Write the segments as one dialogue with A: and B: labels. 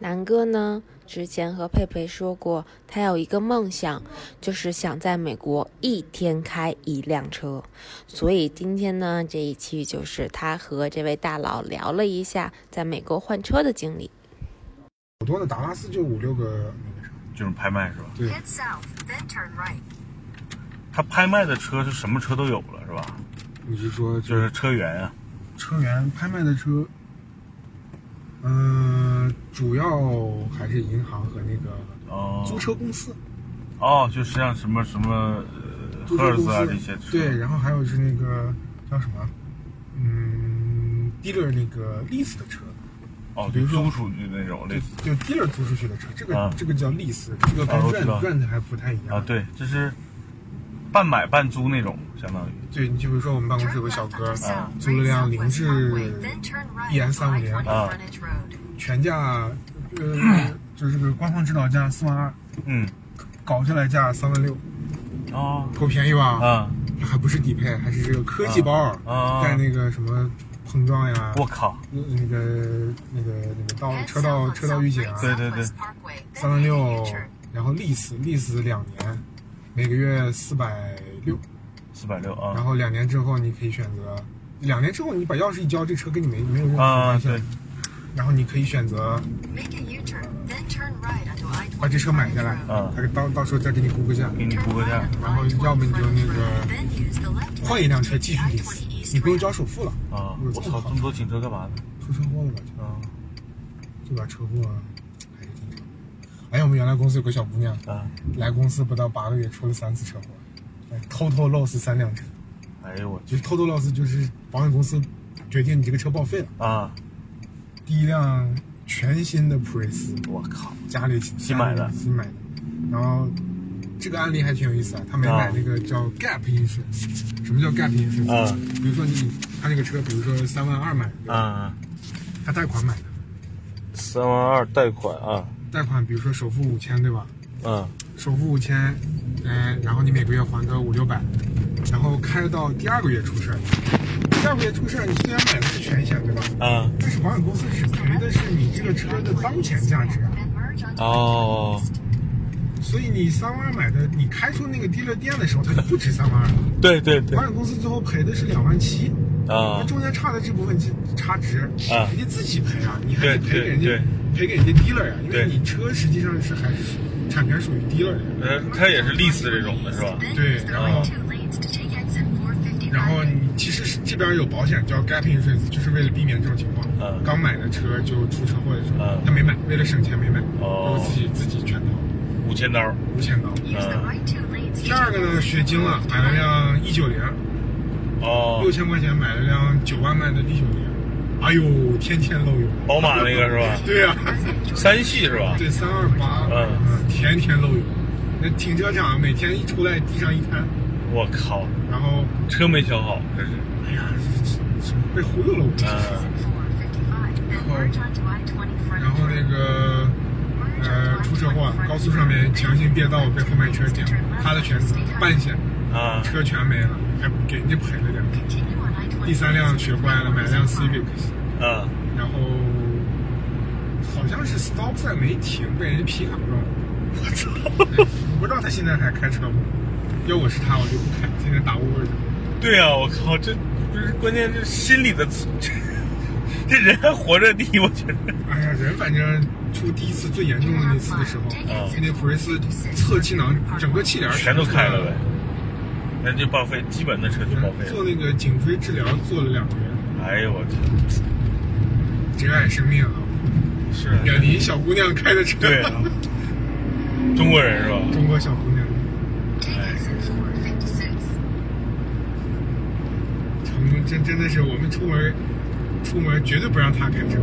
A: 南哥呢，之前和佩佩说过，他有一个梦想，就是想在美国一天开一辆车。所以今天呢，这一期就是他和这位大佬聊了一下在美国换车的经历。
B: 好多的达拉斯就五六个
C: 这种拍卖是吧？
B: 对
D: Head south, then turn right.
C: 他拍卖的车是什么车都有了是吧？
B: 你是说就
C: 就是车源啊，
B: 车源拍卖的车，嗯、主要还是银行和那个
C: 哦
B: 租车公司，
C: 哦，就是像什么什么
B: 租
C: 呃赫
B: 车
C: 尔
B: 公
C: 斯
B: 司、
C: 啊这些车，
B: 对，然后还有是那个叫什么，嗯，dealer 那个 lease 的车，
C: 哦，
B: 比
C: 就
B: 如说
C: 租出去那种类似
B: 就 dealer 租出去的车，这个、
C: 啊
B: 这个叫 lease，这个跟
C: 啊我知
B: rent、
C: 道
B: rent 还不太一样
C: 啊，对，这是半买半租那种，相当于
B: 对你就比如说我们办公室有
D: Turn
B: 个
D: left
B: 小
D: onto
B: 哥
D: south,
B: 租了辆
D: raise
B: 凌
D: southwest
B: 志
D: Parkway, then turn right
B: 一 N 三五
D: onto
B: 零
C: 啊
D: Frontage Road.
B: 全价， 呃，就是这个官方指导价四万二，
C: 嗯
B: 搞下来价三万六，
C: 哦
B: 够便宜吧？
C: 啊，
B: 还不是底配，还是这个科技包，
C: 啊
B: 带那个什么碰撞呀，
C: 我靠，
B: 那那个那个那个道
D: Head
B: 车道
D: south on
B: 车道预警啊，
C: 对
D: Southwest
C: 对对
D: Parkway, then
B: 三万六
D: make a U-turn.，
B: 然后 lease lease 两年，每个月四百六，
C: 四百六
B: 然
C: 啊
B: 后两年之后你可以选择，两年之后你把钥匙一交，这车跟你没没有任何
C: 啊
B: 关系了
C: 对，，
B: 然后你可以选择
D: Make a U-turn, then turn right onto I
B: 把这车买下来，
C: 啊
B: 他到到时候再给你估个价，
C: 给你估个价
B: 然后要么你就那个换一辆车继续
D: 哎
B: lease，你不用交首付了，
C: 啊，
B: 我
C: 我操，这么多警车干嘛呢？
B: 出车祸了吧？就
C: 啊
B: 这把车祸还是挺惨。哎，我们原来公司有个小姑娘，
C: 啊，
B: 来公司不到八个月，出了三次车祸，哎偷偷 loss 三辆车，
C: 哎呦我
B: 就是
C: 去
B: 偷偷 loss 就是保险公司决定你这个车报废了。
C: 啊，
B: 第一辆全新的普锐斯，
C: 我靠，
B: 家里
C: 新买的
B: 新买的。然后这个案例还挺有意思啊，他没
C: 啊
B: 买那个叫 gap insurance，什么叫 gap insurance？、
C: 啊
B: 比如说你他那个车，比如说三万二买的，对吧
C: 啊，
B: 他贷款买的，
C: 三万二贷款啊
B: 贷款比如说首付五千，对吧？
C: 啊
B: 首付五千，嗯，然后你每个月还个五六百，然后开到第二个月出事儿，第二个月出事儿，你虽然买的是全险，对吧？
C: 啊，
B: 但是保险公司只赔的是你这个车的当前价值啊，
C: 哦，
B: 所以你三万二买的，你开出那个 dealer 店的时候，它就不值三万二了，
C: 对对对
B: 保险公司最后赔的是两万七，那
C: 啊
B: 中间差的这部分差差值，
C: 啊
B: 人家自己赔啊，你还得
C: 对
B: 赔给人
C: 对
B: 家赔
C: 对，
B: 给人家 dealer 啊呀、因为
C: 对
B: 你车实际上是还是属于产权属于 dealer 的呀。
C: 呃，它也是 lease 这种的是吧？啊
B: 对，
D: Then
B: 然
D: use
B: 后
D: the right two lanes to take exit 455.
B: 然后你其实是这边有保险叫 gap insurance，就是为了避免这种情况。
C: 嗯
B: 刚买的车就出车祸的时候，
C: 嗯
B: 他没买，为了省钱没买，
C: 哦
B: 然后自己自己全掏
C: 五千刀，
B: 五千刀。
C: 啊
D: Use the right two lanes to
B: 第二个呢，学精了，买了辆一九零，
C: 哦
B: 六千块钱买了辆九万卖的一九零，哎呦，天天漏油。
C: 宝马那个是吧？
B: 对呀、
C: 三系是吧？
B: 对三二八，
C: 嗯
B: 天天漏油。那停车场每天一出来，地上一摊，
C: 我靠，
B: 然后
C: 车没修好，这是
B: 哎呀，被忽悠了我。
C: 嗯
D: 455, then merge onto I-20 front
B: 然后
D: road.
B: 那个
D: Merge
B: 呃
D: onto
B: 出车祸
D: I-20，front
B: 高速上面
D: road.
B: 强行变道被后面车顶，他的全责，半险，
C: 啊
B: 车全没了，还给人家赔了点儿。
D: Continue on I-20
B: 第三辆学乖了，买辆 Civic，
C: 啊
B: 然后好像是 stop 赛没停，被人家皮卡撞了。我操！不知道他现在还开车不？要我是他，我就不开，天天打 Uber 去。
C: 对啊，我靠，这不是关键是心里的，这 这人还活着第一，我觉得
B: 哎呀，人反正出第一次最严重的那次的时候，
D: 啊
B: 那普锐斯侧气囊整个气帘儿
C: 全都开了
B: 出来
C: 呗。那就报废，基本的车就报废
B: 做
C: 了。
B: 那个颈椎治疗做了两个月，
C: 哎呦我天，
B: 珍爱生命啊！
C: 是啊
B: 远离小姑娘开的车，
C: 对啊中国人是吧？
B: 中国小姑娘，
D: Take
B: 哎
D: exit 456.
B: 成功真真的是我们出门出门绝对不让她开 车。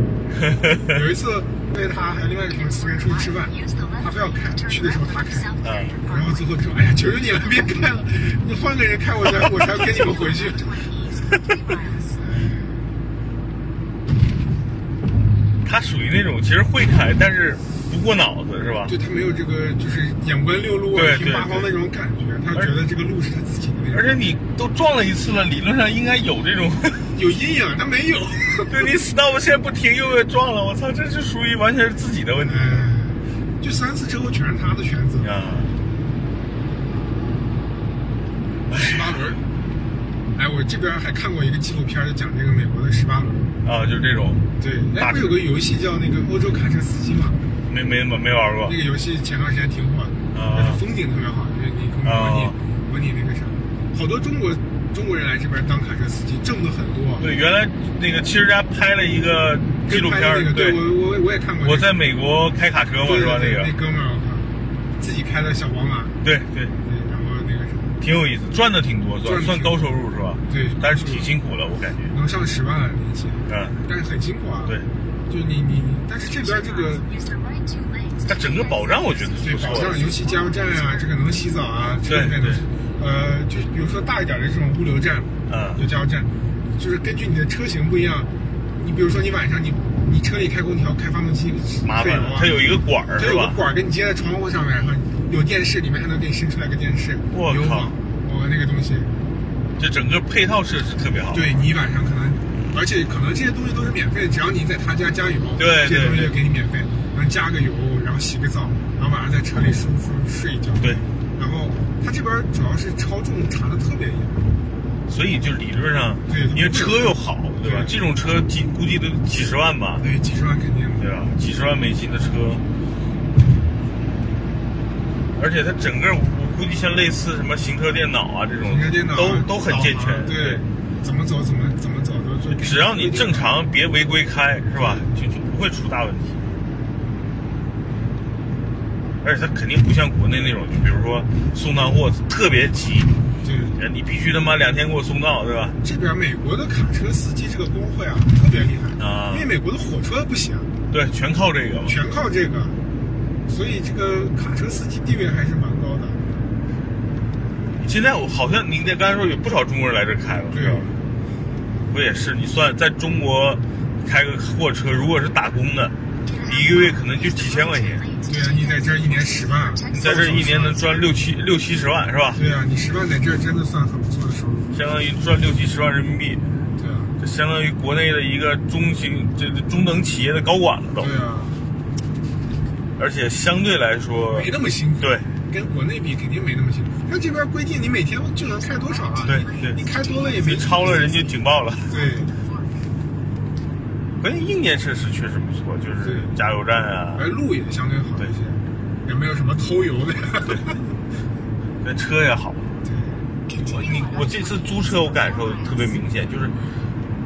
B: 有一次为她还有另外一个同事出去吃饭，她非要开，去的时候她开，
C: 嗯
B: 然后最后说：“哎呀，求求你了，别开了，你换个人开我 才我才跟你们回去。
C: 他属于那种其实会开，但是不过脑子是吧？
B: 对他没有这个就是眼观六路、啊
C: 对
B: 耳听八方的那种感觉，他觉得这个路是他自己的那种，
C: 而且你都撞了一次了，理论上应该有这种，
B: 有阴影，他没有。
C: 对你 stop 线不停又被撞了，我操，这是属于完全是自己的问题
B: 哎，就三次之后全是他的选择，
C: 啊！
B: 十八轮儿。哎，我这边还看过一个纪录片儿，就讲这个美国的十八轮儿。
C: 啊，就这种
B: 对，
C: 大
B: 哎，不是有个游戏叫那个《欧洲卡车司机》嘛？
C: 没没没没玩过
B: 那个游戏前段时间挺火的，
C: 啊
B: 但是风景特别好，就是你可以模拟、
C: 啊
B: 模拟那个啥，好多中国中国人来这边当卡车司机，挣的很多。
C: 对，原来那个汽车家拍了一个纪录片
B: 拍
C: 儿
B: 那，个，
C: 对
B: 对，我我我也看过那个。
C: 我在美国开卡车嘛，
B: 对
C: 是吧？
B: 对
C: 那个
B: 那，哥们儿，我靠，自己开的小宝马，
C: 对对，
B: 对，然后那个什么，
C: 挺有意思，赚的挺多，
B: 赚得
C: 算算
B: 挺
C: 高
B: 多
C: 收入是吧？
B: 对
C: 但是挺辛苦了，我感觉，
B: 能上十万年薪，
C: 嗯，
B: 但是很辛苦啊。
C: 对，，
B: 就你你，你但是这边这个
D: Use the right two lanes
C: 它
D: to
C: 整个保
D: exit
C: 障我觉得是
B: 对
C: 不
B: 保
C: 错
B: 障，
C: 的，
B: 尤其加油站啊，这个能洗澡啊，这个
C: 对
B: 那个
C: 对，
B: 呃，就比如说大一点的这种物流站，有
C: 嗯，
B: 加油站，就是根据你的车型不一样，你比如说你晚上你你车里开空调开发动机
C: 麻
B: 费
C: 烦
B: 油
C: 了
B: 啊，
C: 它有一个管儿
B: 它
C: 是
B: 有个
C: 吧？
B: 管儿给你接在窗户上面，然后有电视，里面还能给你伸出来个电视，
C: 我
B: 有
C: 靠
B: 网，我那个东西，
C: 这整个配套设施特别好，嗯
B: 对你晚上可能，而且可能这些东西都是免费的，只要你在他家加油，
C: 对
B: 这些
C: 对
B: 东西
C: 对
B: 就给你免费，能加个油，然后洗个澡，然后晚上在车里舒服睡一觉，
C: 对，
B: 然后他这边主要是超重查的特别严，
C: 所以就理论上
B: 对，
C: 因为车又好，对吧？
B: 对
C: 这种车几估计都几十万吧，
B: 对，几十万肯定的。
C: 对啊吧？几十万美金的车，而且它整个我估计像类似什么行车电脑啊这种
B: 行车电脑，
C: 都都很健全，
B: 对，怎么走怎么怎么走都是。
C: 只要你正，常，别违规开，是吧？就就不会出大问题。而且它肯定不像国内那种，就比如说送趟货特别急，
B: 对，
C: 你必须他妈两天给我送到，对吧？
B: 这边美国的卡车司机这个工会啊特别厉害，
C: 啊
B: 因为美国的火车不行，
C: 对，全靠这个嘛。
B: 全靠这个，所以这个卡车司机地位还是蛮高的。
C: 现在我好像您那刚才说有不少中国人来这开吧？
B: 对啊，
C: 不也是？你算在中国开个货车，如果是打工的，你一个月可能就几千块钱，
B: 对啊，你在这儿一年十万，
C: 你在这一年能赚六七六七十万，是吧？
B: 对啊，你十万在这儿真的算很不错的收入。
C: 相当于赚六七十万人民币。
B: 对啊，
C: 这相当于国内的一个中型、这这中等企业的高管了都，
B: 对啊，
C: 而且相对来说，
B: 没那么辛苦。
C: 对，
B: 跟国内比肯定没那么辛苦。他这边规定你每天就能开多少啊？
C: 对对
B: 你开多了也
C: 你
B: 没
C: 超了人家警报了。
B: 对。
C: 关键硬件设施确实不错，就是
B: 对
C: 加油站啊
B: 而，路也相对好一些，也没有什么偷油的。对，
C: 那车也好。我你我这次租车我感受特别明显，就是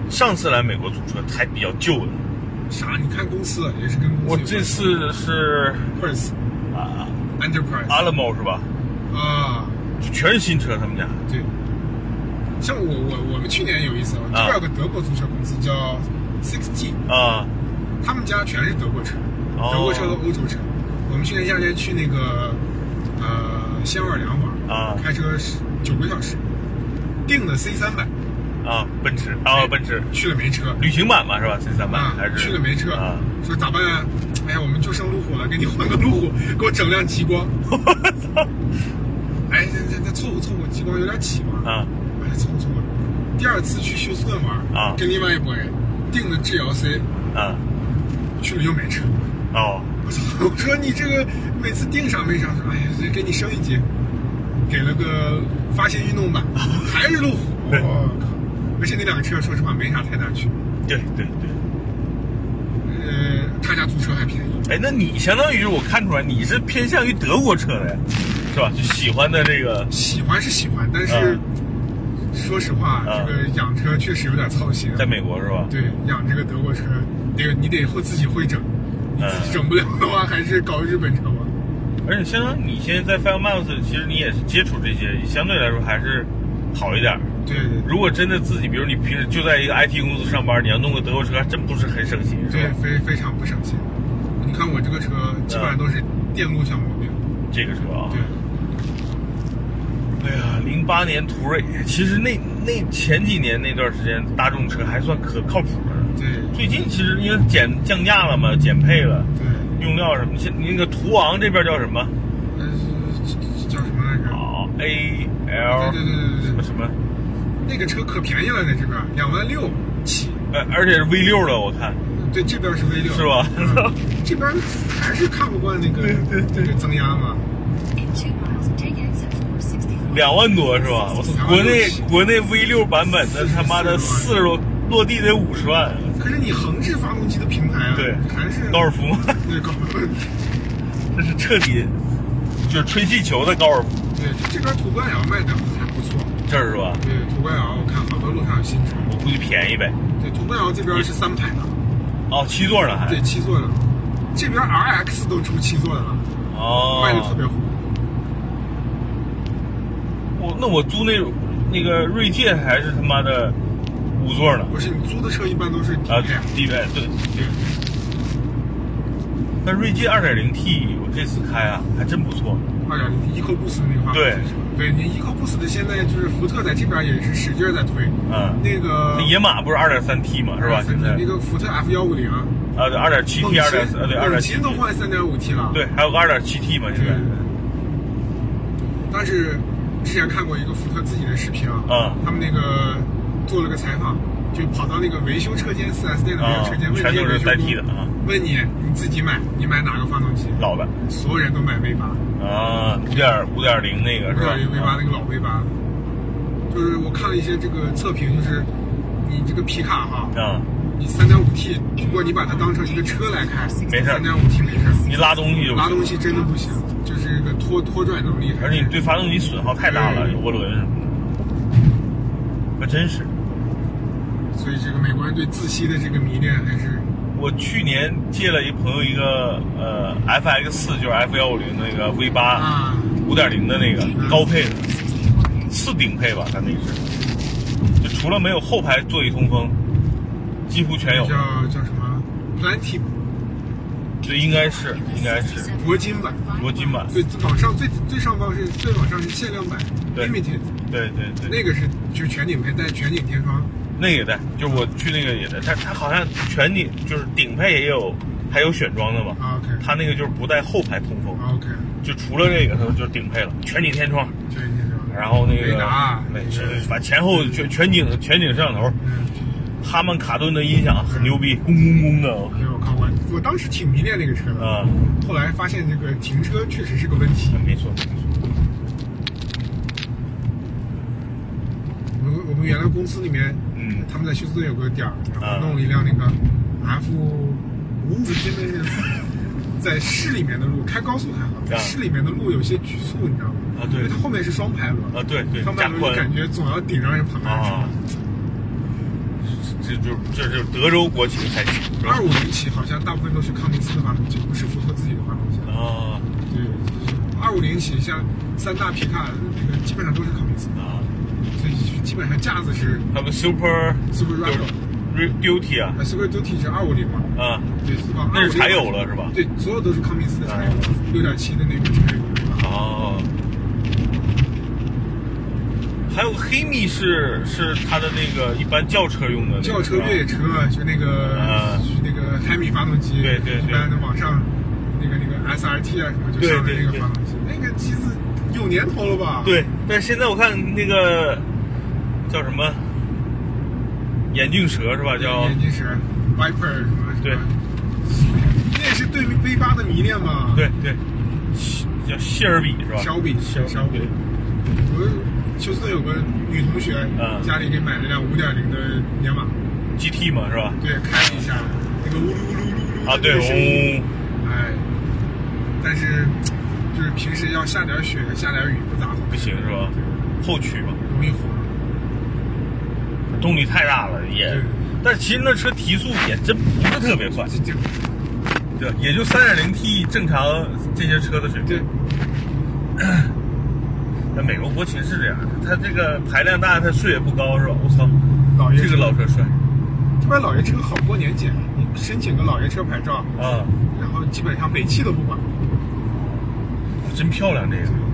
C: 上次来美国租车还比较旧的，
B: 啥？你看公司啊也是跟公司有
C: 我
B: 关。
C: 这次是
B: Hertz
C: 啊
B: Enterprise 啊
C: Alamo 是吧？就全是新车，他们家
B: 对。像我我我们去年有意思，我这
C: 啊
B: 边有个德国租车公司叫 Six G，
C: 啊
B: 他们家全是德国车，
C: 哦
B: 德国车和欧洲车。我们去年夏天去那个呃新奥尔良玩，
C: 啊
B: 开车是九个小时，订的 C 三百，哎
C: 啊奔驰啊奔驰
B: 去了没车，
C: 旅行版吧是吧？C 三百
B: 啊
C: 还是
B: 去了没车
C: 啊？
B: 说咋办啊？哎呀，我们就剩路虎了， 给你换个路虎，给我整辆极光。
C: 我操！
B: 哎，这这这凑合凑合，极光有点挤嘛。
C: 啊
B: 哎，凑合凑合。第二次去休斯顿玩，
C: 啊
B: 跟另外一拨人订的 GLC，
C: 啊
B: 去了又没车。
C: 哦，
B: 我操！ 我说你这个每次订啥没啥，说哎呀，这给你升一级，给了个发现运动版，还是路虎。
C: 对
B: 我靠！而且那两个车，说实话没啥太大区别。
C: 对对对，
B: 呃，他家租车还便宜。
C: 哎，那你相当于是我看出来你是偏向于德国车的呀，是吧？就喜欢的这个
B: 喜欢是喜欢，但是、
C: 嗯
B: 说实话，
C: 嗯
B: 这个养车确实有点操心。
C: 在美国是吧？
B: 对养这个德国车，得你得会自己会整，你自己
C: 嗯
B: 整不了的话，还是搞日本车吧。
C: 而且相当于你现在在 File Miles，其实你也是接触这些，相对来说还是好一点儿。
B: 对对
C: 如果真的自己，比如你平时就在一个 IT 公司上班，你要弄个德国车，还真不是很省心，是
B: 对，
C: 吧？
B: 非非常不省心。你看我这个车基本上都是电路小毛病。
C: 这个车啊，
B: 对，啊
C: 哎呀，零八年途锐，其实那那前几年那段时间，大众车还算可靠谱的。
B: 对
C: 最近其实因为减降价了嘛，减配了，
B: 对
C: 用料什么，现你那个途昂这边叫什么？
B: 呃，叫什么来着？
C: 哦，A L
B: 对对对对对
C: 什么什么，
B: 那个车可便宜了，在这边两万六起。
C: 呃，而且是 V 六的，我看
B: 对，这边是 V 六，嗯
C: 是吧？
B: 这边还是看不惯那个那个增压嘛。
D: In two miles, take exit 464.
C: 两万多是吧？我操，国内国内 V 六版本的他妈的四十多，落地得五十万，
B: 可是你横置发动机的平台啊，
C: 对
B: 还是
C: 高尔夫，
B: 对高尔夫，
C: 这是彻底就是吹气球的高尔夫，
B: 对这边途观 L 卖的还不错，
C: 这儿是吧？
B: 对途观 L 我看好多路上有新出，
C: 我估计便宜呗。
B: 对途观 L 这边是三排的，
C: 哦，七座呢还？
B: 对七座的，这边 RX 都出七座的了，
C: 哦，
B: 卖的特别火。
C: 我那我租那那个锐界还是他妈的五座呢
B: 不是你租的车一般都是低
C: 啊
B: 配，
C: 低配对。
B: 对，
C: 但锐界二点零 T 我这次开啊还真不错，
B: 二点零 EcoBoost 那款，
C: 对，
B: 对你 EcoBoost 的现在就是福特在这边也是使劲儿在推，
C: 嗯，
B: 那个呃
C: 那野马不是二点三 T 嘛是吧？现在
B: 那个福特 F 幺五零，
C: 啊对二点七
B: 猛
C: T 二点
B: 禽
C: 呃对二点
B: 猛
C: 七
B: 禽都换三点五 T 了，
C: 对还有个二点七 T 嘛现在
B: 嗯但是之前看过一个福特自己的视频啊，
C: 嗯
B: 他们那个做了个采访，就跑到那个维修车间四 S 店的维
C: 啊
B: 修车间，问
C: 全
B: 这些
C: 都
B: 维
C: 是
B: 修
C: 代替的
B: 工，
C: 啊
B: 问你你自己买，你买哪个发动机？
C: 老的
B: 所有人都买 V 八，
C: 啊五点五点零那个
B: 不
C: 是
B: 是
C: 吧？
B: V 八那个老 V 八，就是我看了一些这个测评，就是你这个皮卡哈，
C: 啊
B: 你三点五 T，如果你把它当成一个车来开，
C: 没事儿
B: 三点五 T 没事儿。
C: 你拉东西就不行
B: 拉东西真的不行，就是这个拖拖拽能力还是。
C: 而且你对发动机损耗太大了，
B: 对
C: 有涡轮什么的，还真是。
B: 所以这个美国人对自吸的这个迷恋还是
C: 我去年借了一朋友一个呃 FX 四，就是 F 幺五零那个 V 八
B: 啊，嗯
C: 五点零的那个高配的次顶配吧，它那个是，就除了没有后排座椅通风，几乎全有，
B: 叫叫什么 Plenty
C: 就应该是应该是
B: 铂金版，
C: 铂金版，
B: 最往上最最上方是最往上是限量版
C: 对
B: Limited，
C: 对对对，
B: 那个是就是全景配带全景天窗，
C: 那个也带，就是我去那个也带，它它好像全顶就是顶配也有，还有选装的嘛，
B: 啊，OK
C: 它那个就是不带后排通风，
B: 啊 OK，
C: 就除了这个它就是顶配了，全景天窗，
B: 全景天窗，
C: 然后那个
B: 雷达，
C: 没把前后全全景全景摄像头，
B: 嗯，
C: 哈曼卡顿的音响很牛逼，咣咣咣的
B: 没有看我我当时挺迷恋那个车的，
C: 啊！
B: 后来发现这个停车确实是个问题，
C: 没错，没错
B: 我们我们原来公司里面，
C: 嗯
B: 他们在休斯顿有个点儿，然
C: 啊
B: 后弄了一辆那个 F 五五，真的是在市里面的路，开高速还好，在
C: 啊
B: 市里面的路有些局促，你知道吗？
C: 啊对
B: 因为它后面是双排轮，
C: 啊，对对，
B: 双排
C: 加
B: 轮
C: 宽
B: 就感觉总要顶上人旁边的
C: 啊
B: 车。，
C: 这就这就是德州国旗才行，是吧
B: 二五零起好像大部分都是康明斯的发动机，不是福特自己的发动机。
C: 啊
B: 对，二五零起像三大皮卡那个基本上都是康明斯的，
C: 啊，
B: 所以基本上架子是
C: 还有个 Super
B: Super Rubber
C: Duty 啊
B: 呃 Super Duty 是二五零嘛？
C: 啊，
B: 对，是吧？
C: 那是
B: 250
C: 柴油了是吧？
B: 对，所有都是康明斯的柴油，六点七的那个柴油。
C: 哦。还有个黑密是是它的那个一般轿车用的那个，
B: 轿车、
C: 是吧
B: 越野车就那个、
C: 啊
B: 就那个海米发动机，
C: 对对对
B: 一般的网上那个那个 SRT 啊什么就上的
C: 对对
B: 那个
C: 对
B: 发动机，那个机子有年头了吧？，
C: 对，但是现在我看那个叫什么眼镜蛇是吧？叫
B: 眼镜蛇 Viper 什么什么，
C: 对
B: 那也是对 V 八的迷恋嘛？，
C: 对对，希叫谢尔比是吧？
B: 小比小比，我休斯顿有个女同学，
C: 啊
B: 家里给买了辆五点零的野马，
C: GT 嘛是吧？
B: 对，开了一下，那个呜噜噜噜噜
C: 啊，对，
B: 那
C: 哦
B: 个声音
C: 嗡、
B: 哎，但是就是平时要下点雪、下点雨不咋好，
C: 不行是吧？后驱嘛，
B: 容易火。
C: 动力太大了也
B: 对，
C: 但其实那车提速也真不是特别快，
B: 这这
C: 对，也就三点零 T 正常这些车的水
B: 这
C: 平。那美国国情是这样，它这个排量大，它税也不高是吧？我操，
B: 老爷
C: 这个老车帅
B: 这边老爷车好过年检，你申请个老爷车牌照，
C: 啊，
B: 然后基本上北汽都不管。
C: 真漂亮这个。